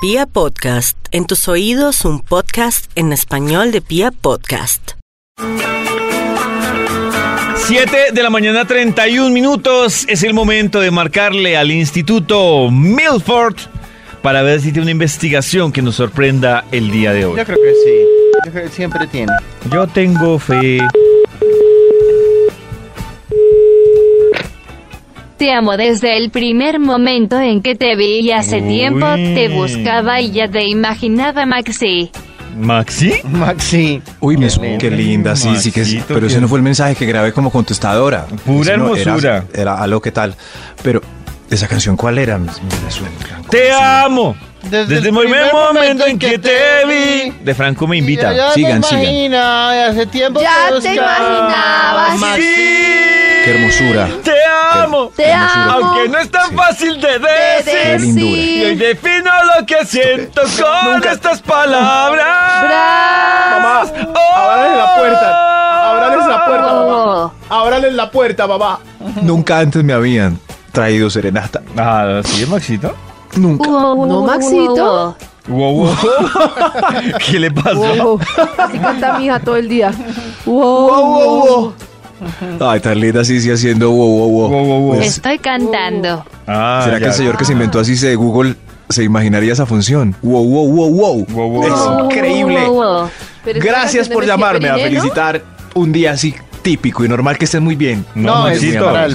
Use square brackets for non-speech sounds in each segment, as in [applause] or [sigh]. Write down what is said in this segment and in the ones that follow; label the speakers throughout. Speaker 1: Pia Podcast, en tus oídos un podcast en español de Pia Podcast.
Speaker 2: 7 de la mañana 31 minutos es el momento de marcarle al Instituto Milford para ver si tiene una investigación que nos sorprenda el día de hoy.
Speaker 3: Yo creo que sí. Yo creo que siempre tiene. [laughs]
Speaker 2: Yo tengo fe.
Speaker 4: Te amo desde el primer momento en que te vi y hace
Speaker 2: Uy.
Speaker 4: tiempo te buscaba y ya te imaginaba Maxi.
Speaker 2: ¿Maxi?
Speaker 3: Maxi.
Speaker 5: Uy,
Speaker 3: Qué
Speaker 5: mis,
Speaker 3: lindo.
Speaker 5: qué linda, sí, sí que sí.
Speaker 2: Maxito,
Speaker 5: Pero
Speaker 2: qué-
Speaker 5: ese no fue el mensaje que grabé como contestadora.
Speaker 2: Pura
Speaker 5: Ese no, era-
Speaker 2: hermosura.
Speaker 5: Era, algo que tal. Pero, ¿esa canción cuál era? Me- me suena tan
Speaker 2: Te
Speaker 5: conocida.
Speaker 2: amo. Desde, el primer momento en que te vi. De Franco me invita.
Speaker 3: Ya
Speaker 5: Sigan,
Speaker 3: te
Speaker 5: sigan.
Speaker 3: imaginaba, y hace tiempo
Speaker 6: Ya
Speaker 3: te
Speaker 6: te
Speaker 3: buscaba.
Speaker 6: imaginabas.
Speaker 3: Maxi.
Speaker 5: Qué hermosura.
Speaker 2: Te amo.
Speaker 6: Te
Speaker 5: hermosura.
Speaker 6: amo.
Speaker 2: Aunque no es tan
Speaker 5: Sí.
Speaker 2: fácil de
Speaker 5: Qué
Speaker 2: decir.
Speaker 5: lindura.
Speaker 2: Y hoy
Speaker 6: Sí.
Speaker 2: defino lo que siento con estas palabras.
Speaker 6: Bra-
Speaker 2: Ábrale la puerta.
Speaker 7: Ábrales la puerta, mamá.
Speaker 4: Oh,
Speaker 7: Ábrales la puerta, mamá.
Speaker 5: Nunca antes me habían traído serenata.
Speaker 2: Ah, ¿sí, Maxito?
Speaker 5: Nunca.
Speaker 4: uh,
Speaker 6: No,
Speaker 4: uh,
Speaker 6: Maxito.
Speaker 4: uh,
Speaker 2: Wow, wow. [laughs] ¿Qué le pasó?
Speaker 6: Wow. [laughs] Así canta mi hija todo el día. Wow.
Speaker 5: Ay, tan linda, sí, sí, haciendo wow, wow, wow.
Speaker 2: Wow, wow, wow.
Speaker 4: uh.
Speaker 5: Pues,
Speaker 4: Estoy cantando.
Speaker 2: Ah,
Speaker 5: ¿Será que
Speaker 2: ya.
Speaker 5: el señor que se inventó así de Google se imaginaría esa función? Wow, wow, wow, wow.
Speaker 2: Wow, wow,
Speaker 5: Es
Speaker 2: wow.
Speaker 5: increíble.
Speaker 4: Uh, uh, uh.
Speaker 6: Pero esta
Speaker 5: Gracias
Speaker 6: canción
Speaker 5: por
Speaker 6: de Mechie
Speaker 5: llamarme a
Speaker 6: Periné, ¿no?
Speaker 5: felicitar un día así típico y normal que estén muy bien.
Speaker 2: No,
Speaker 3: No, es
Speaker 2: Maxito.
Speaker 3: para el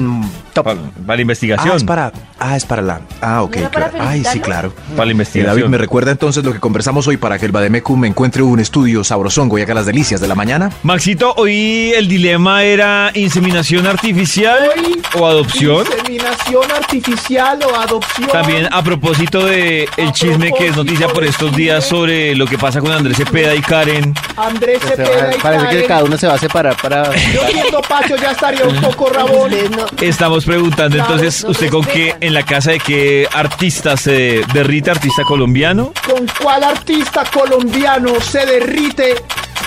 Speaker 3: top.
Speaker 2: Para, para la
Speaker 5: Ah,
Speaker 2: investigación.
Speaker 5: es para, ah, es para la. Ah, ok.
Speaker 6: ¿No era para
Speaker 5: claro. Ay, sí,
Speaker 6: felicitarlo?
Speaker 5: claro.
Speaker 2: Para la
Speaker 5: Y
Speaker 2: investigación.
Speaker 5: David, ¿me recuerda entonces lo que conversamos hoy para que el Bademecum me encuentre un estudio sabrosongo y haga las delicias de la mañana?
Speaker 2: Maxito, hoy el dilema era inseminación artificial
Speaker 7: Hoy,
Speaker 2: o adopción.
Speaker 7: Inseminación artificial o adopción.
Speaker 2: También a propósito de el
Speaker 7: A
Speaker 2: chisme que es noticia por estos días sobre lo que pasa con Andrés Cepeda y Karen.
Speaker 7: Andrés
Speaker 3: Se
Speaker 7: Cepeda
Speaker 3: va-
Speaker 7: y
Speaker 3: Este, parece
Speaker 7: Karen.
Speaker 3: que cada uno se va a separar
Speaker 2: [laughs]
Speaker 3: para.
Speaker 7: Yo siendo Pacho ya estaría un poco
Speaker 3: Este,
Speaker 7: rabón.
Speaker 6: Ustedes no-
Speaker 2: Estamos preguntando
Speaker 6: Claro,
Speaker 2: entonces,
Speaker 6: no
Speaker 2: ¿usted con qué,
Speaker 6: respetan.
Speaker 2: en la casa de qué artista se derrita, artista colombiano?
Speaker 7: ¿Con cuál artista colombiano se derrite?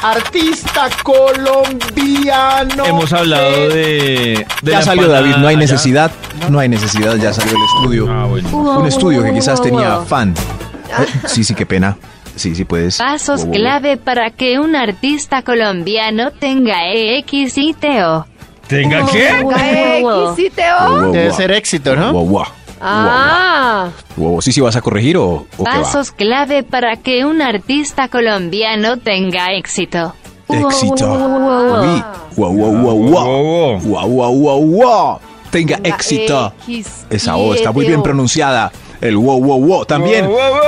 Speaker 7: Artista colombiano. Eh,
Speaker 2: Hemos hablado
Speaker 7: se-
Speaker 2: de... de
Speaker 5: ya
Speaker 2: la
Speaker 5: salió David, no hay
Speaker 2: empanada, ya.
Speaker 5: necesidad. No hay necesidad, ya salió el estudio.
Speaker 2: Ah, bueno.
Speaker 4: Uh,
Speaker 5: Un estudio que
Speaker 4: uh,
Speaker 5: quizás
Speaker 4: uh,
Speaker 5: tenía
Speaker 4: uh.
Speaker 5: fan. Eh, sí, sí, qué pena. Sí, sí, puedes.
Speaker 4: Pasos
Speaker 5: Wow, wow, wow.
Speaker 4: clave para que un artista colombiano tenga E éxito.
Speaker 2: ¿Tenga qué?
Speaker 6: Venga,
Speaker 4: Wow.
Speaker 6: X, oh. sí, Teo.
Speaker 5: Wow, wow,
Speaker 3: Debe
Speaker 5: wow.
Speaker 3: ser éxito, ¿no?
Speaker 5: Wow, wow.
Speaker 6: Ah.
Speaker 5: Wow, wow. Sí, sí, vas a corregir o, o qué va?
Speaker 4: Pasos clave para que un artista colombiano tenga éxito. Uh,
Speaker 5: Éxito.
Speaker 4: uh, uh, uh, uh.
Speaker 5: Uy, wow, wow, wow,
Speaker 2: wow, wow.
Speaker 5: wow. Wow, wow, wow, wow. Tenga
Speaker 6: Venga, eh.
Speaker 5: éxito.
Speaker 6: X, oh.
Speaker 5: Esa
Speaker 6: sí,
Speaker 5: O está muy bien
Speaker 6: Teo.
Speaker 5: pronunciada. El wow, wow, wow. También,
Speaker 2: Wow, wow, wow.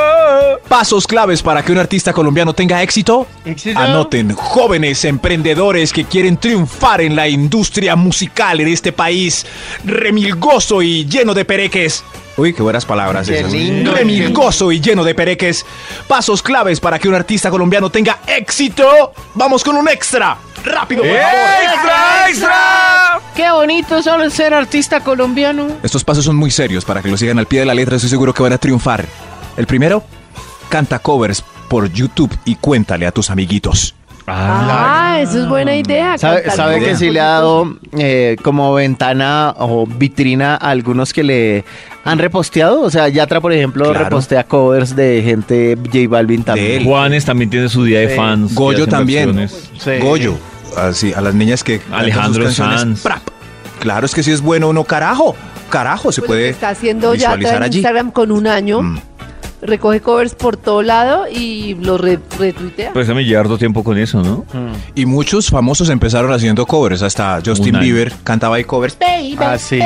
Speaker 5: pasos claves para que un artista colombiano tenga éxito.
Speaker 3: Éxito.
Speaker 5: Anoten, jóvenes emprendedores que quieren triunfar en la industria musical en este país remilgoso y lleno de pereques. Uy, qué buenas palabras
Speaker 3: Qué
Speaker 5: esas.
Speaker 3: lindo.
Speaker 5: Remilgoso y lleno de pereques. Pasos claves para que un artista colombiano tenga éxito. Vamos con un extra. Rápido, por favor.
Speaker 2: ¡Extra, extra!
Speaker 3: Qué bonito solo ser artista colombiano.
Speaker 5: Estos pasos son muy serios para que lo sigan al pie de la letra. Estoy seguro que van a triunfar. El primero, canta covers por YouTube y cuéntale a tus amiguitos.
Speaker 6: Ah, eso es buena idea.
Speaker 3: ¿Sabe,
Speaker 6: cantar
Speaker 3: sabe que
Speaker 6: bien. Pues,
Speaker 3: sí le ha dado eh, como ventana o vitrina a algunos que le han reposteado? O sea, Yatra, por ejemplo,
Speaker 5: Claro.
Speaker 3: repostea covers de gente J Balvin también.
Speaker 5: él.
Speaker 2: Juanes también tiene su día de
Speaker 3: Sí.
Speaker 2: fans.
Speaker 5: Goyo
Speaker 2: hacen
Speaker 5: también.
Speaker 2: versiones.
Speaker 3: Sí.
Speaker 5: Goyo. Así, a las niñas que. cantan
Speaker 2: Alejandro
Speaker 5: sus canciones,
Speaker 2: Sanz.
Speaker 5: prap. Claro, es que si es bueno uno, carajo. Carajo, se
Speaker 6: Pues lo que
Speaker 5: puede.
Speaker 6: está haciendo ya
Speaker 5: visualizar
Speaker 6: en
Speaker 5: allí.
Speaker 6: Instagram con un año.
Speaker 5: Mm.
Speaker 6: Recoge covers por todo lado y los re- retuitea.
Speaker 2: Pues me lleva harto tiempo con eso, ¿no?
Speaker 5: Y muchos famosos empezaron haciendo covers. Hasta Justin
Speaker 2: año.
Speaker 5: Bieber cantaba y covers.
Speaker 3: Ah, sí.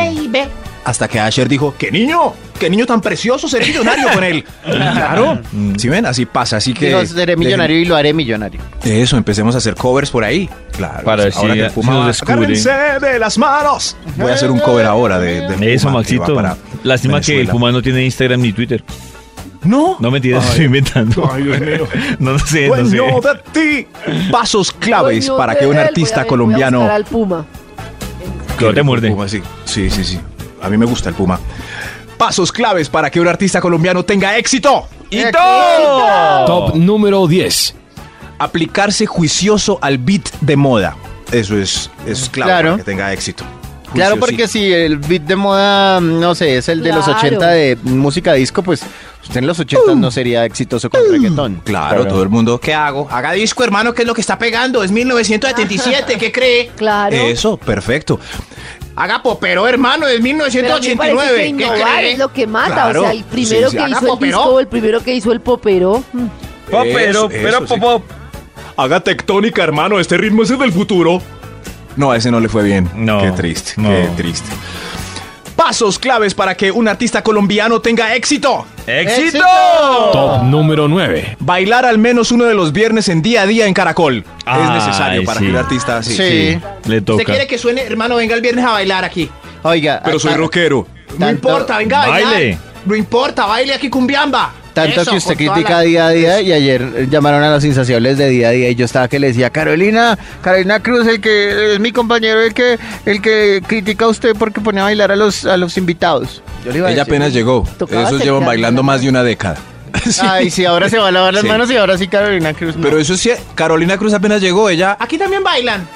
Speaker 5: Hasta que Asher dijo: ¡Qué niño! ¡Qué niño tan precioso! ¡Seré millonario con él! claro.
Speaker 2: Mm.
Speaker 5: Si ven, así pasa. Así que.
Speaker 3: Digo, seré millonario y lo haré millonario.
Speaker 5: Eso, empecemos a hacer covers por ahí. Claro.
Speaker 2: Para
Speaker 5: pues,
Speaker 2: si-
Speaker 5: ahora que el
Speaker 2: si
Speaker 5: fuma-
Speaker 2: nos descubren.
Speaker 5: ¡Agárrense de las manos! Voy a hacer un cover ahora de,
Speaker 2: Eso,
Speaker 5: del Pues, Puma, que va
Speaker 2: Maxito.
Speaker 5: para
Speaker 2: Lástima que el
Speaker 5: Venezuela.
Speaker 2: Puma no tiene Instagram ni Twitter.
Speaker 5: No.
Speaker 2: No mentiras, estoy inventando.
Speaker 7: Ay, Dios mío.
Speaker 2: [laughs] No, no sé, Pues no sé.
Speaker 5: Dueño de ti. Pasos claves
Speaker 6: Coño,
Speaker 5: para que un
Speaker 6: de él,
Speaker 5: artista
Speaker 6: Pues, voy a ver, voy a buscar
Speaker 5: colombiano.
Speaker 6: al Puma.
Speaker 2: No te muerde.
Speaker 5: Puma, sí. sí, sí, sí. A mí me gusta el Puma. Pasos claves para que un artista colombiano tenga éxito.
Speaker 2: ¡Y todo!
Speaker 8: Top número 10.
Speaker 5: Aplicarse juicioso al beat de moda. Eso es, eso es clave
Speaker 3: Claro.
Speaker 5: para que tenga éxito.
Speaker 3: Claro, porque
Speaker 5: Juiciosito.
Speaker 3: si el beat de moda, no sé, es el de los
Speaker 6: Claro.
Speaker 3: 80 de música disco, pues Usted en los 80 no sería exitoso con reggaetón.
Speaker 5: Mm. Claro, todo el mundo. ¿Qué hago? Haga disco, hermano, que es lo que está pegando. Es 1977, ¿qué cree?
Speaker 6: Claro.
Speaker 5: Eso, perfecto.
Speaker 7: Haga popero, hermano, es
Speaker 6: Pero a mí me parece que innovar es lo que mata.
Speaker 5: Claro,
Speaker 6: o sea, el
Speaker 5: sí,
Speaker 6: primero
Speaker 5: sí,
Speaker 6: que
Speaker 5: haga
Speaker 6: hizo el
Speaker 5: popero.
Speaker 6: disco, el primero que hizo el popero. mm,
Speaker 2: Popero,
Speaker 5: Eso,
Speaker 2: pero
Speaker 5: eso, sí.
Speaker 2: popó.
Speaker 5: Haga tectónica, hermano. Este ritmo es el del futuro. No, a ese no le fue bien.
Speaker 2: No,
Speaker 5: Qué triste,
Speaker 2: no.
Speaker 5: qué triste. Pasos claves para que un artista colombiano tenga éxito.
Speaker 2: ¡Éxito!
Speaker 8: Top número 9.
Speaker 5: Bailar al menos uno de los viernes en día a día en Caracol. es
Speaker 2: Ay,
Speaker 5: necesario para
Speaker 2: sí.
Speaker 5: que un artista así.
Speaker 3: Sí.
Speaker 2: Le toca.
Speaker 7: ¿Usted quiere que suene, hermano? Venga el viernes a bailar aquí. Ah,
Speaker 3: Oiga,
Speaker 5: Pero soy
Speaker 3: tan-
Speaker 5: rockero.
Speaker 7: No
Speaker 3: Tanto-
Speaker 7: importa, venga a bailar.
Speaker 2: Baile.
Speaker 7: No importa, baile aquí cumbiamba.
Speaker 3: Tanto
Speaker 7: Eso,
Speaker 3: que usted
Speaker 7: con toda
Speaker 3: critica
Speaker 7: la- pues.
Speaker 3: día a día y ayer eh, llamaron a los insaciables de día a día y yo estaba que le decía, Carolina, Carolina Cruz, el que es mi compañero, el que, el que critica a usted porque pone a bailar a los, a los invitados. Yo le iba a
Speaker 5: Ella
Speaker 3: decir.
Speaker 5: apenas llegó.
Speaker 6: Tocaba
Speaker 5: Esos llevan
Speaker 6: acercarse
Speaker 5: bailando
Speaker 6: a la
Speaker 5: más de una década. [laughs] Sí.
Speaker 3: Ay, sí, ahora se va a lavar las
Speaker 5: Sí.
Speaker 3: manos y ahora sí Carolina Cruz. no.
Speaker 5: Pero eso sí, Carolina Cruz apenas llegó, ella
Speaker 7: Aquí también bailan.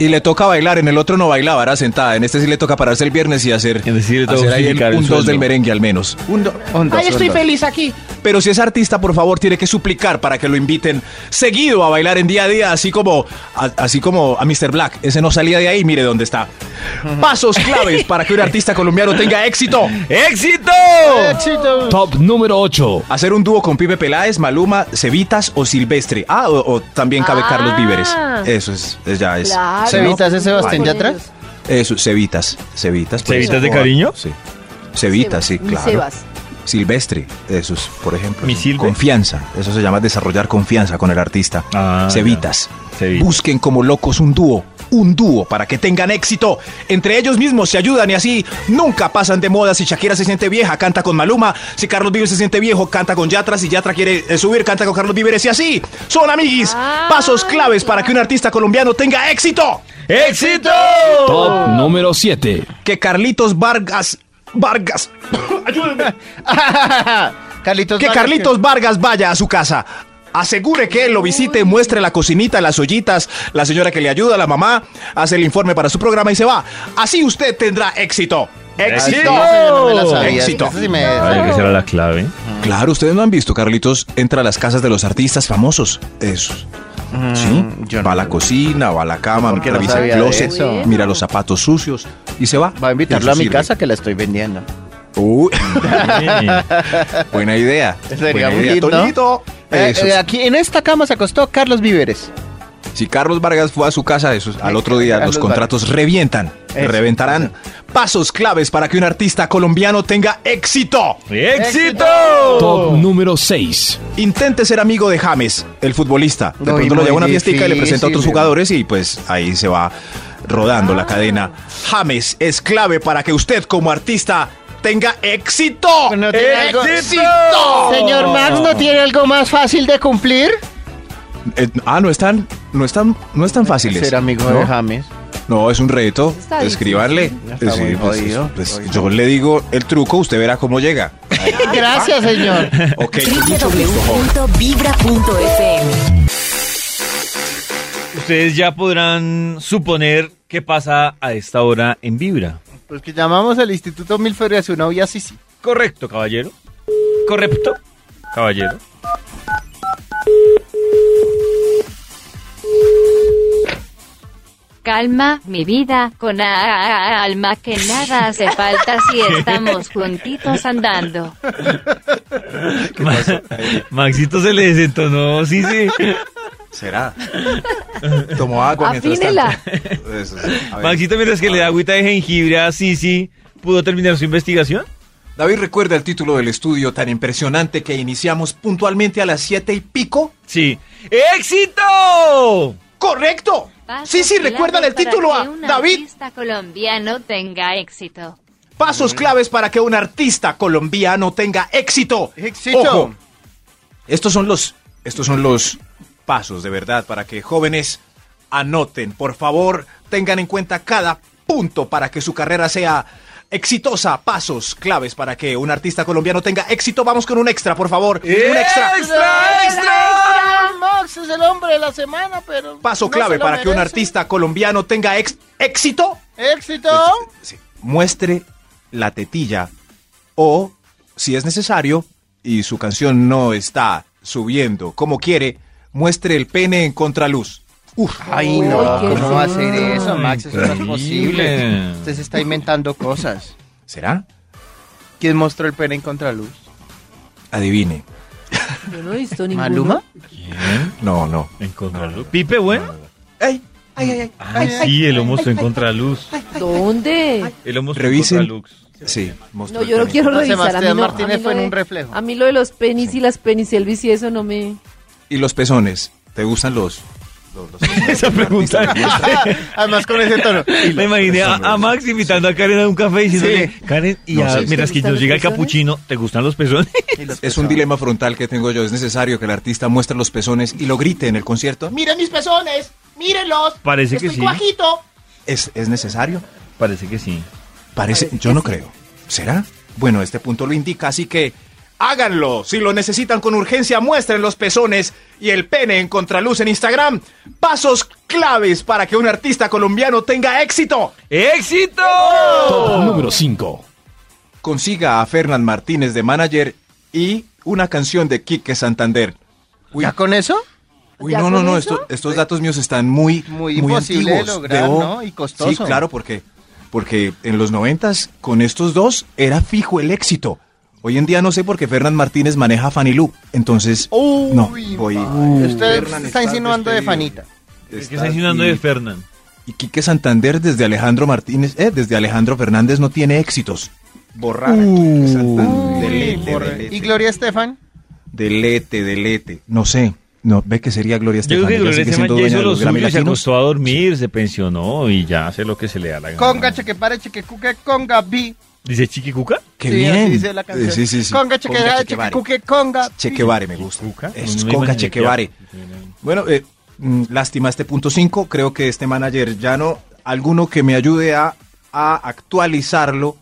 Speaker 5: y le toca bailar, en el otro no bailaba, era sentada, en este sí le toca pararse el viernes y hacer,
Speaker 2: En este sí le toca
Speaker 5: hacer ahí el-
Speaker 2: justificar el
Speaker 5: un dos
Speaker 2: sueldo.
Speaker 5: del merengue al menos.
Speaker 3: Un, do- un dos,
Speaker 7: Ay,
Speaker 3: un
Speaker 7: estoy
Speaker 3: dos.
Speaker 7: feliz aquí.
Speaker 5: Pero si es artista, por favor, tiene que suplicar para que lo inviten seguido a bailar en día a día, así como a, así como a Mr. Black. Ese no salía de ahí, mire dónde está. Pasos claves para que un artista colombiano tenga éxito.
Speaker 2: ¡Éxito!
Speaker 3: Éxito.
Speaker 8: Top número 8.
Speaker 5: Hacer un dúo con Pipe Peláez, Maluma, Cevitas o Silvestre. Ah, o, o también cabe
Speaker 6: Ah.
Speaker 5: Carlos Víveres. Eso es, es- ya es.
Speaker 6: mm, Claro.
Speaker 3: ¿Se evita ese Sebastián
Speaker 6: Con
Speaker 3: Yatra?
Speaker 6: ellos.
Speaker 5: Eso, Eh, Cevitas. Cevitas. pues. por
Speaker 2: ¿Cevitas de
Speaker 5: ejemplo.
Speaker 2: cariño?
Speaker 5: Sí. Cevitas, sí,
Speaker 6: Sebas, mi
Speaker 5: claro.
Speaker 6: Sebas.
Speaker 5: Silvestre, eso es, por ejemplo.
Speaker 2: Mi
Speaker 5: eso.
Speaker 2: Silve.
Speaker 5: Confianza, eso se llama desarrollar confianza con el artista.
Speaker 2: Ah,
Speaker 5: Cevitas.
Speaker 2: ya. Cevitas.
Speaker 5: Busquen como locos un dúo, un dúo para que tengan éxito. Entre ellos mismos se ayudan y así nunca pasan de moda. Si Shakira se siente vieja, canta con Maluma. Si Carlos Vives se siente viejo, canta con Yatra. Si Yatra quiere eh, subir, canta con Carlos Vives y así. Son amiguis. Pasos claves para que un artista colombiano tenga éxito.
Speaker 2: ¡Éxito!
Speaker 8: Top número 7.
Speaker 5: Que Carlitos Vargas, Vargas,
Speaker 3: Pues [laughs] Carlitos
Speaker 5: Que
Speaker 3: Vargas,
Speaker 5: Carlitos Vargas vaya a su casa. Asegure que él lo visite, muestre la cocinita, las ollitas, la señora que le ayuda, la mamá, hace el informe para su programa y se va. Así usted tendrá éxito.
Speaker 3: Sí,
Speaker 5: ¡Éxito!
Speaker 3: esa yo no me la sabía,
Speaker 5: Éxito.
Speaker 3: esa sí me-
Speaker 2: Ay, que será la clave.
Speaker 5: Mm. Claro, ustedes no han visto, Carlitos entra a las casas de los artistas famosos. Eso. Sí,
Speaker 3: Mm, yo no.
Speaker 5: va a la cocina, va a la cama,
Speaker 3: Porque no
Speaker 5: revisa el
Speaker 3: sabía de
Speaker 5: closet,
Speaker 3: eso.
Speaker 5: mira los zapatos sucios y se va.
Speaker 3: Va a invitarlo a
Speaker 5: Eso
Speaker 3: mi
Speaker 5: sirve.
Speaker 3: casa que la estoy vendiendo.
Speaker 5: Uy, [laughs]
Speaker 2: Sí.
Speaker 5: buena idea.
Speaker 3: [laughs] Sería
Speaker 5: Buena
Speaker 3: muy
Speaker 5: idea.
Speaker 3: lindo.
Speaker 5: Toñito,
Speaker 3: Eh,
Speaker 5: eso.
Speaker 3: eh, aquí en esta cama se acostó Carlos Víveres.
Speaker 5: Si Carlos Vargas fue a su casa, esos, al otro día
Speaker 3: Carlos
Speaker 5: los contratos revientan,
Speaker 3: Eso.
Speaker 5: reventarán. Pasos claves para que un artista colombiano tenga éxito.
Speaker 2: ¡Éxito!
Speaker 8: Top número 6.
Speaker 5: Intente ser amigo de James, el futbolista. De
Speaker 3: Uy,
Speaker 5: pronto lo
Speaker 3: muy
Speaker 5: lleva a una fiestica y le presenta a otros
Speaker 3: difícil.
Speaker 5: jugadores y pues ahí se va rodando la cadena. James es clave para que usted como artista tenga éxito.
Speaker 3: No tiene algo- Señor Max, ¿no tiene algo más fácil de cumplir?
Speaker 5: Eh, ah, no están, no están, no están fáciles.
Speaker 3: Ser amigo
Speaker 5: ¿no?
Speaker 3: de James.
Speaker 5: No, es un reto.
Speaker 6: Está difícil.
Speaker 5: Escribanle.
Speaker 3: Ya está
Speaker 5: Sí,
Speaker 3: muy
Speaker 5: pues,
Speaker 3: jodido.
Speaker 5: pues, yo le digo el truco, usted verá
Speaker 2: [laughs]
Speaker 5: cómo llega.
Speaker 3: Gracias, señor.
Speaker 5: Ok.
Speaker 1: www.vibra.fm
Speaker 2: Ustedes ya podrán suponer qué pasa a esta hora en Vibra.
Speaker 3: [laughs] Pues que llamamos al Instituto Milford y a su novia Sisi.
Speaker 2: Correcto, caballero. Correcto,
Speaker 5: [laughs]
Speaker 2: caballero.
Speaker 4: Calma, mi vida, con a- a- a- alma que nada hace falta
Speaker 7: [laughs]
Speaker 4: si estamos juntitos andando.
Speaker 2: Maxito se le desentonó, sí, sí.
Speaker 5: Será. Tomó agua mientras
Speaker 6: Afínela.
Speaker 5: tanto. Eso sí. [laughs] A ver.
Speaker 2: Maxito, mientras que le da agüita de jengibre a Sisi, ¿pudo terminar su investigación?
Speaker 5: David recuerda el título del estudio tan impresionante que iniciamos puntualmente a las siete y pico.
Speaker 2: Sí. ¡Éxito!
Speaker 7: ¡Correcto! Sí, sí, recuerdan el título a
Speaker 4: Un
Speaker 7: David.
Speaker 4: artista colombiano tenga éxito.
Speaker 5: Pasos claves para que un artista colombiano tenga éxito.
Speaker 3: Éxito.
Speaker 5: Ojo, estos son los, estos son los pasos de verdad para que jóvenes anoten. Por favor, tengan en cuenta cada punto para que su carrera sea exitosa. Pasos claves para que un artista colombiano tenga éxito. Vamos con un extra, por favor. Un extra.
Speaker 2: ¡Extra, extra!
Speaker 3: Ah, Max es el hombre de la semana, pero.
Speaker 5: Paso clave para que un artista colombiano tenga ex- éxito. eh,
Speaker 3: ¡Éxito!
Speaker 5: Sí, muestre la tetilla o si es necesario y su canción no está subiendo como quiere, muestre el pene en contraluz. Uf.
Speaker 3: Ay, no,
Speaker 6: Ay, qué
Speaker 3: ¿cómo va a
Speaker 6: feo.
Speaker 3: hacer eso, Max? Eso no es
Speaker 2: Increíble.
Speaker 3: posible. Usted se está inventando cosas.
Speaker 5: ¿Será?
Speaker 3: ¿Quién mostró el pene en contraluz?
Speaker 5: Adivine.
Speaker 6: Yo no he visto ninguno.
Speaker 3: ¿Maluma?
Speaker 5: No, no.
Speaker 2: En contraluz. Pipe, bueno.
Speaker 5: Ey,
Speaker 2: Ay, sí, el homo está en contraluz.
Speaker 6: ¿Dónde?
Speaker 2: El homo está en
Speaker 5: Revisen.
Speaker 2: contraluz.
Speaker 5: Sí, mostró
Speaker 6: No,
Speaker 5: el
Speaker 6: yo no
Speaker 5: pene.
Speaker 6: quiero
Speaker 3: No,
Speaker 6: revisar. A mí
Speaker 3: Sebastián
Speaker 6: no,
Speaker 3: Martínez
Speaker 6: a mí no
Speaker 3: fue en
Speaker 6: de-
Speaker 3: un reflejo.
Speaker 6: A mí lo de los penis y las penis Elvis y eso no me...
Speaker 5: ¿Y los pezones? ¿Te gustan los? los- los
Speaker 2: [laughs] [laughs]
Speaker 5: pezones?
Speaker 2: Esa pregunta.
Speaker 3: Además con ese
Speaker 2: [laughs]
Speaker 3: tono.
Speaker 2: Me imaginé a, a Max invitando a Karen a un café y diciéndole, Karen, y
Speaker 5: No
Speaker 2: a-
Speaker 5: sé.
Speaker 2: mientras que
Speaker 6: ¿Te
Speaker 2: nos
Speaker 6: gustan
Speaker 2: llega el
Speaker 6: los pezones?
Speaker 2: capuchino, ¿te gustan los pezones?
Speaker 5: Es un dilema frontal que tengo yo. ¿Es necesario que el artista muestre los pezones y lo grite en el concierto?
Speaker 7: Miren mis pezones, mírenlos.
Speaker 2: Parece que
Speaker 7: Estoy
Speaker 2: sí.
Speaker 7: cuajito.
Speaker 5: ¿Es, es necesario?
Speaker 2: [laughs] Parece que sí.
Speaker 5: Parece, yo no creo. ¿Será? Bueno, este punto lo indica, así que háganlo. Si lo necesitan con urgencia, muestren los pezones y el pene en contraluz en Instagram. Pasos claves para que un artista colombiano tenga éxito.
Speaker 2: ¡Éxito!
Speaker 8: Top número 5.
Speaker 5: Consiga a Fernán Martínez de manager y una canción de Quique Santander. Uy,
Speaker 3: ¿Ya con eso?
Speaker 5: uy,
Speaker 6: ¿Ya
Speaker 5: no, no,
Speaker 6: con
Speaker 5: no,
Speaker 6: eso?
Speaker 5: esto- estos datos míos están muy,
Speaker 3: Muy imposible de lograr,
Speaker 5: Debo-
Speaker 3: ¿no? Y costoso.
Speaker 5: Sí, claro, porque, porque en los noventas, con estos dos, era fijo el éxito. Hoy en día no sé por qué Fernán Martínez maneja Fanilú. Entonces, no, voy...
Speaker 3: Usted
Speaker 5: Fernan
Speaker 3: está insinuando de
Speaker 5: despedido.
Speaker 3: Fanita.
Speaker 2: Es que está insinuando
Speaker 5: y-
Speaker 2: de Fernán.
Speaker 5: Y Quique Santander desde Alejandro Martínez, eh, desde Alejandro Fernández no tiene éxitos. Borrar. a Quique Santander. Delete, delete.
Speaker 3: ¿Y Gloria Estefan? E
Speaker 5: Delete, delete. No sé. No, ve que sería Gloria
Speaker 2: Yo creo
Speaker 5: Estefan.
Speaker 2: que
Speaker 5: Ella
Speaker 2: Gloria
Speaker 5: sigue
Speaker 2: Estefan
Speaker 5: siendo
Speaker 2: ya
Speaker 5: dueña
Speaker 2: hizo
Speaker 5: de
Speaker 2: lo
Speaker 5: los Grammy
Speaker 2: suyo, se
Speaker 5: Latinos.
Speaker 2: acostó a dormir, se pensionó y ya hace lo que se le da la gana.
Speaker 3: Conga, cheque pare, cheque cuque, conga, bi.
Speaker 2: Dice Chiqui Cuca.
Speaker 5: Qué
Speaker 3: Sí,
Speaker 5: bien.
Speaker 3: así dice la canción.
Speaker 5: Eh, Sí, sí, sí.
Speaker 3: Conga, cheque
Speaker 5: Conga,
Speaker 3: pare, cheque
Speaker 5: chequebare.
Speaker 3: cuque, conga. bi.
Speaker 5: Chequebare me gusta.
Speaker 2: ¿Cuca?
Speaker 5: Es
Speaker 2: No me
Speaker 5: Conga
Speaker 2: imaginé
Speaker 5: Chequebare. Bueno, eh, mm, lástima este punto 5. Creo que este manager ya no. Alguno que me ayude a, a actualizarlo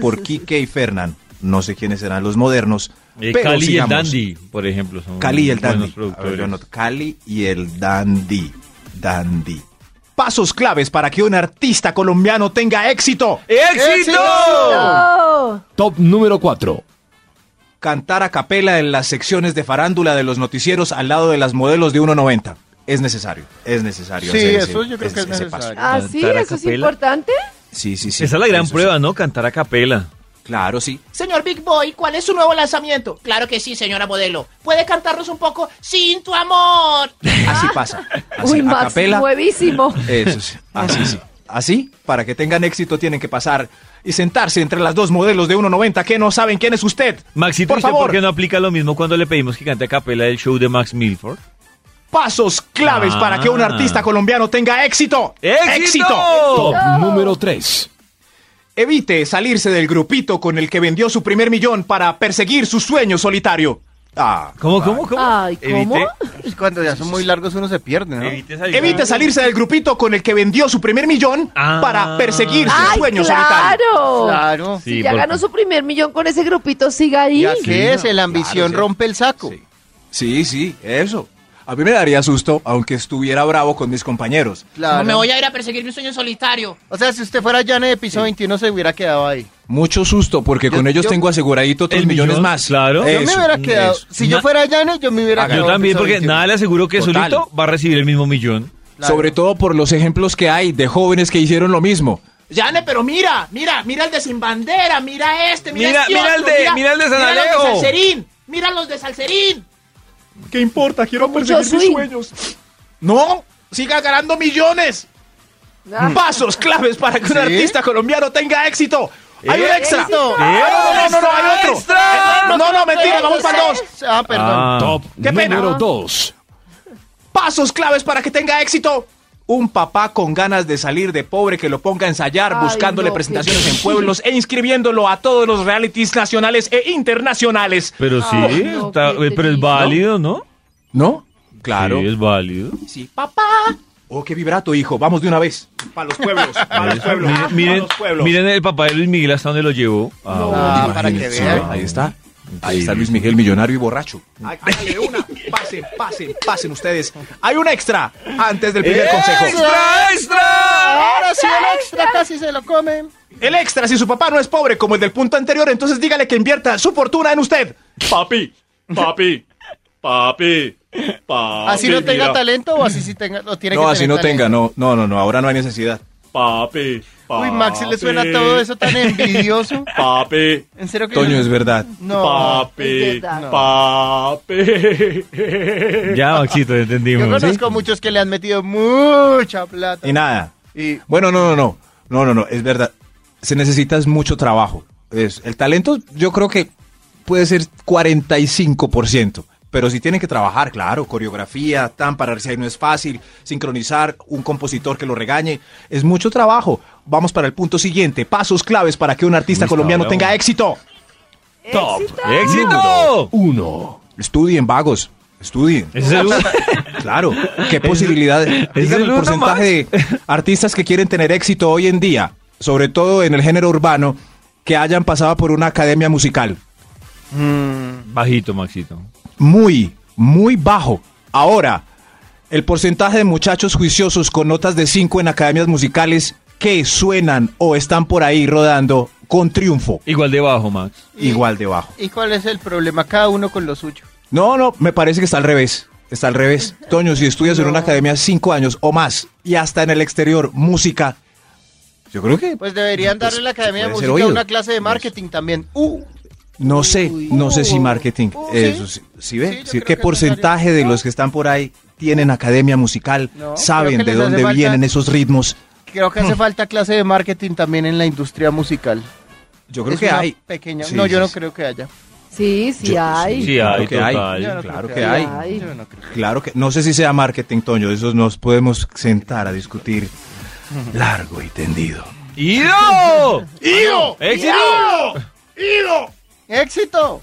Speaker 5: por Quique y Fernán. No sé quiénes serán los modernos.
Speaker 2: Eh,
Speaker 5: pero
Speaker 2: Cali y el
Speaker 5: sigamos.
Speaker 2: Dandy, por ejemplo. Son
Speaker 5: Cali y el
Speaker 2: buenos
Speaker 5: Dandy. A ver,
Speaker 2: productores.
Speaker 5: yo anoto. Cali y el Dandy. Dandy. Pasos claves para que un artista colombiano tenga éxito.
Speaker 2: ¡Éxito!
Speaker 6: ¡No!
Speaker 8: Top número 4.
Speaker 5: Cantar a capela en las secciones de farándula de los noticieros al lado de las modelos de 1.90. Es necesario. Es necesario.
Speaker 3: Sí,
Speaker 5: hacer
Speaker 3: eso yo creo que es
Speaker 5: ese
Speaker 3: necesario.
Speaker 5: paso.
Speaker 6: ¿Ah, sí?
Speaker 2: Cantar a
Speaker 6: ¿Eso es
Speaker 2: capela.
Speaker 6: importante?
Speaker 5: Sí, sí, sí.
Speaker 2: Esa es la gran
Speaker 5: Eso
Speaker 2: prueba,
Speaker 5: sí.
Speaker 2: ¿no? Cantar a capela.
Speaker 5: Claro, sí.
Speaker 7: Señor Big Boy, ¿cuál es su nuevo lanzamiento? Claro que sí, señora modelo. ¿Puede cantarnos un poco Sin tu amor?
Speaker 5: Así pasa. Así,
Speaker 6: Uy,
Speaker 5: a
Speaker 6: Max,
Speaker 5: capela.
Speaker 6: nuevísimo.
Speaker 5: Eso [laughs] sí. Así sí. Así, para que tengan éxito, tienen que pasar y sentarse entre las dos modelos de 1.90 que no saben quién es usted.
Speaker 2: Maxito,
Speaker 5: por
Speaker 2: ¿y usted
Speaker 5: favor.
Speaker 2: ¿por qué no aplica lo mismo cuando le pedimos que cante a capela del show de Max Milford?
Speaker 5: Pasos claves
Speaker 2: Ah.
Speaker 5: para que un artista colombiano tenga éxito.
Speaker 2: ¡Éxito!
Speaker 8: Top número 3.
Speaker 5: Evite salirse del grupito con el que vendió su primer millón para perseguir su sueño solitario. Ah.
Speaker 2: ¿Cómo, cómo, cómo?
Speaker 6: Ay, ¿cómo?
Speaker 2: Evite,
Speaker 3: Cuando ya son muy largos uno se pierde, ¿no?
Speaker 2: evite salir.
Speaker 5: Evite salirse del grupito con el que vendió su primer millón
Speaker 2: Ah.
Speaker 5: para perseguir su
Speaker 6: ¡Ay,
Speaker 5: sueño solitario.
Speaker 6: claro!
Speaker 3: Claro.
Speaker 2: Sí,
Speaker 6: si ya
Speaker 2: por-
Speaker 6: ganó su primer millón con ese grupito, siga ahí.
Speaker 3: ¿Ya qué es? La ambición
Speaker 5: sí.
Speaker 3: rompe el saco.
Speaker 5: Sí. sí, sí, eso. A mí me daría susto, aunque estuviera bravo con mis compañeros.
Speaker 3: Claro.
Speaker 7: No me voy a ir a perseguir mi sueño solitario.
Speaker 3: O sea, si usted fuera Jane de piso 21 se hubiera quedado ahí.
Speaker 5: Mucho susto, porque
Speaker 3: Yo-
Speaker 5: con ellos
Speaker 3: yo-
Speaker 5: tengo aseguradito otros
Speaker 2: El
Speaker 5: millones
Speaker 2: millón,
Speaker 5: más.
Speaker 2: claro.
Speaker 3: Yo me
Speaker 5: Eso,
Speaker 3: hubiera quedado.
Speaker 5: eso.
Speaker 3: Si yo
Speaker 2: Na- Ah,
Speaker 3: fuera Jane, yo me hubiera quedado.
Speaker 2: Yo
Speaker 3: en
Speaker 2: también,
Speaker 3: piso
Speaker 2: porque
Speaker 3: 21.
Speaker 2: nada le aseguro que
Speaker 5: Total.
Speaker 2: solito va a recibir el mismo millón.
Speaker 3: Claro.
Speaker 5: Sobre todo por los ejemplos que hay de jóvenes que hicieron lo mismo.
Speaker 7: Yane, pero mira, mira, mira el de Sin Bandera, mira este, mira
Speaker 2: Mira-
Speaker 7: este
Speaker 2: mira el
Speaker 7: otro,
Speaker 2: de- mira el de San
Speaker 7: mira los de
Speaker 2: Alejo.
Speaker 7: Salserín, mira los de Salserín.
Speaker 5: ¿Qué importa? Quiero
Speaker 6: mucho perseguir mis swing.
Speaker 5: sueños. No, siga ganando millones.
Speaker 6: Ah,
Speaker 5: Pasos claves para que un
Speaker 3: ¿Sí?
Speaker 5: artista colombiano tenga éxito. Hay un extra.
Speaker 6: ¡Éxito!
Speaker 5: No, no, no, no, hay otro.
Speaker 2: ¡Extra!
Speaker 5: Eh, No, no, mentira, vamos para dos.
Speaker 3: Ah, perdón.
Speaker 2: Ah.
Speaker 8: Top
Speaker 5: Qué pena.
Speaker 8: número 2.
Speaker 5: Pasos claves para que tenga éxito. Un papá con ganas de salir de pobre que lo ponga a ensayar
Speaker 6: Ay,
Speaker 5: buscándole
Speaker 6: no,
Speaker 5: presentaciones
Speaker 6: qué-
Speaker 5: en pueblos e inscribiéndolo a todos los realities nacionales e internacionales.
Speaker 2: Pero sí,
Speaker 6: Ay, no,
Speaker 2: está-
Speaker 6: qué
Speaker 2: eh, pero es
Speaker 6: triste.
Speaker 2: válido, ¿no?
Speaker 5: ¿No? Claro.
Speaker 2: Sí, es válido.
Speaker 5: Sí, papá. Oh, qué vibrato, hijo. Vamos de una vez. Para los pueblos, Ah, para los pueblos,
Speaker 2: Miren,
Speaker 5: pa'
Speaker 2: miren,
Speaker 5: los pueblos.
Speaker 2: miren el papá de Luis Miguel hasta dónde lo llevó. Ah,
Speaker 3: Ah, para que
Speaker 5: Sí,
Speaker 3: vean.
Speaker 5: Ahí está. Ahí está Luis Miguel, millonario y borracho. Hágale una. Pasen, pasen, pasen ustedes. Hay un extra antes del primer consejo.
Speaker 2: ¡Extra, extra!
Speaker 3: Ahora sí, el extra casi se lo comen.
Speaker 5: El extra, si su papá no es pobre como el del punto anterior, entonces dígale que invierta su fortuna en usted.
Speaker 9: Papi, papi, papi, papi.
Speaker 3: Así no tenga
Speaker 9: mira.
Speaker 3: talento o así sí tenga, o tiene que
Speaker 5: Ah, No, así
Speaker 3: tener
Speaker 5: no tenga,
Speaker 3: talento?
Speaker 5: no, no, no, no, ahora no hay necesidad.
Speaker 9: Papi, papi.
Speaker 3: Uy, Maxi le suena todo eso tan
Speaker 5: [laughs]
Speaker 3: envidioso.
Speaker 9: Papi,
Speaker 3: En serio que
Speaker 5: Toño, es verdad.
Speaker 3: no.
Speaker 9: papi,
Speaker 6: es verdad.
Speaker 9: papi.
Speaker 2: Ya, Maxito,
Speaker 3: Yo
Speaker 2: entendimos.
Speaker 3: conozco muchos que le han metido mucha plata.
Speaker 5: Y nada.
Speaker 3: Y-
Speaker 5: Bueno, no, no, no. No, no, no, es verdad. Se necesita es mucho trabajo. Es- el talento yo creo que puede ser 45%, pero si tienen que trabajar, claro, coreografía, tan pararse ahí no es fácil, sincronizar, un compositor que lo regañe, es mucho trabajo. Vamos para el punto siguiente, pasos claves para que un
Speaker 2: Uy,
Speaker 5: artista
Speaker 2: está
Speaker 5: colombiano
Speaker 2: bravo.
Speaker 5: tenga éxito.
Speaker 2: Top. ¡Éxito!
Speaker 8: uno,
Speaker 5: Estudien, vagos, estudien.
Speaker 2: Ese es el uno.
Speaker 5: [laughs] Claro, qué posibilidades.
Speaker 2: es
Speaker 5: Dígame
Speaker 2: el
Speaker 5: el
Speaker 2: uno
Speaker 5: porcentaje de artistas que quieren tener éxito hoy en día, sobre todo en el género urbano, que hayan pasado por una academia musical.
Speaker 2: Bajito, Maxito.
Speaker 5: Muy, muy bajo. Ahora, el porcentaje de muchachos juiciosos con notas de 5 en academias musicales que suenan o están por ahí rodando con triunfo,
Speaker 2: Igual de bajo, Max.
Speaker 5: igual de bajo.
Speaker 3: ¿Y cuál es el problema? Cada uno con lo suyo.
Speaker 5: No, no, me parece que está al revés. Está al revés. Toño, si estudias en una academia cinco años o más y hasta en el exterior música, yo creo que
Speaker 3: Pues deberían darle a la Academia de
Speaker 5: Puede ser
Speaker 3: Música
Speaker 5: oído.
Speaker 3: una clase de marketing también. Uh,
Speaker 5: no sé, no sé si marketing.
Speaker 3: Uh, sí.
Speaker 5: eso sí, sí
Speaker 3: Sí,
Speaker 5: ve,
Speaker 3: yo
Speaker 5: sí,
Speaker 3: creo que
Speaker 5: qué
Speaker 3: es
Speaker 5: porcentaje
Speaker 3: necesario.
Speaker 5: de los que están por ahí tienen academia musical,
Speaker 3: No, creo
Speaker 5: saben
Speaker 3: que
Speaker 5: de
Speaker 3: les hace
Speaker 5: dónde
Speaker 3: falta-
Speaker 5: vienen esos ritmos.
Speaker 3: creo que hace
Speaker 5: [laughs]
Speaker 3: falta clase de marketing también en la industria musical.
Speaker 5: Yo creo
Speaker 3: Es
Speaker 5: que
Speaker 3: una
Speaker 5: hay
Speaker 3: Pequeña.
Speaker 5: Sí,
Speaker 3: no,
Speaker 5: sí,
Speaker 3: yo no
Speaker 5: sí.
Speaker 3: creo que haya.
Speaker 6: Sí, sí
Speaker 5: Yo-
Speaker 6: hay.
Speaker 2: Sí,
Speaker 5: Claro
Speaker 2: hay,
Speaker 5: que hay.
Speaker 2: total.
Speaker 3: Yo no creo
Speaker 5: claro que
Speaker 3: haya.
Speaker 5: hay.
Speaker 6: hay.
Speaker 3: Yo no creo que haya.
Speaker 5: Claro que no sé si sea marketing, Toño, de esos nos podemos sentar a discutir largo y tendido.
Speaker 2: ¡Ido! ¡Ido! ¡Éxito!
Speaker 3: ¡Éxito!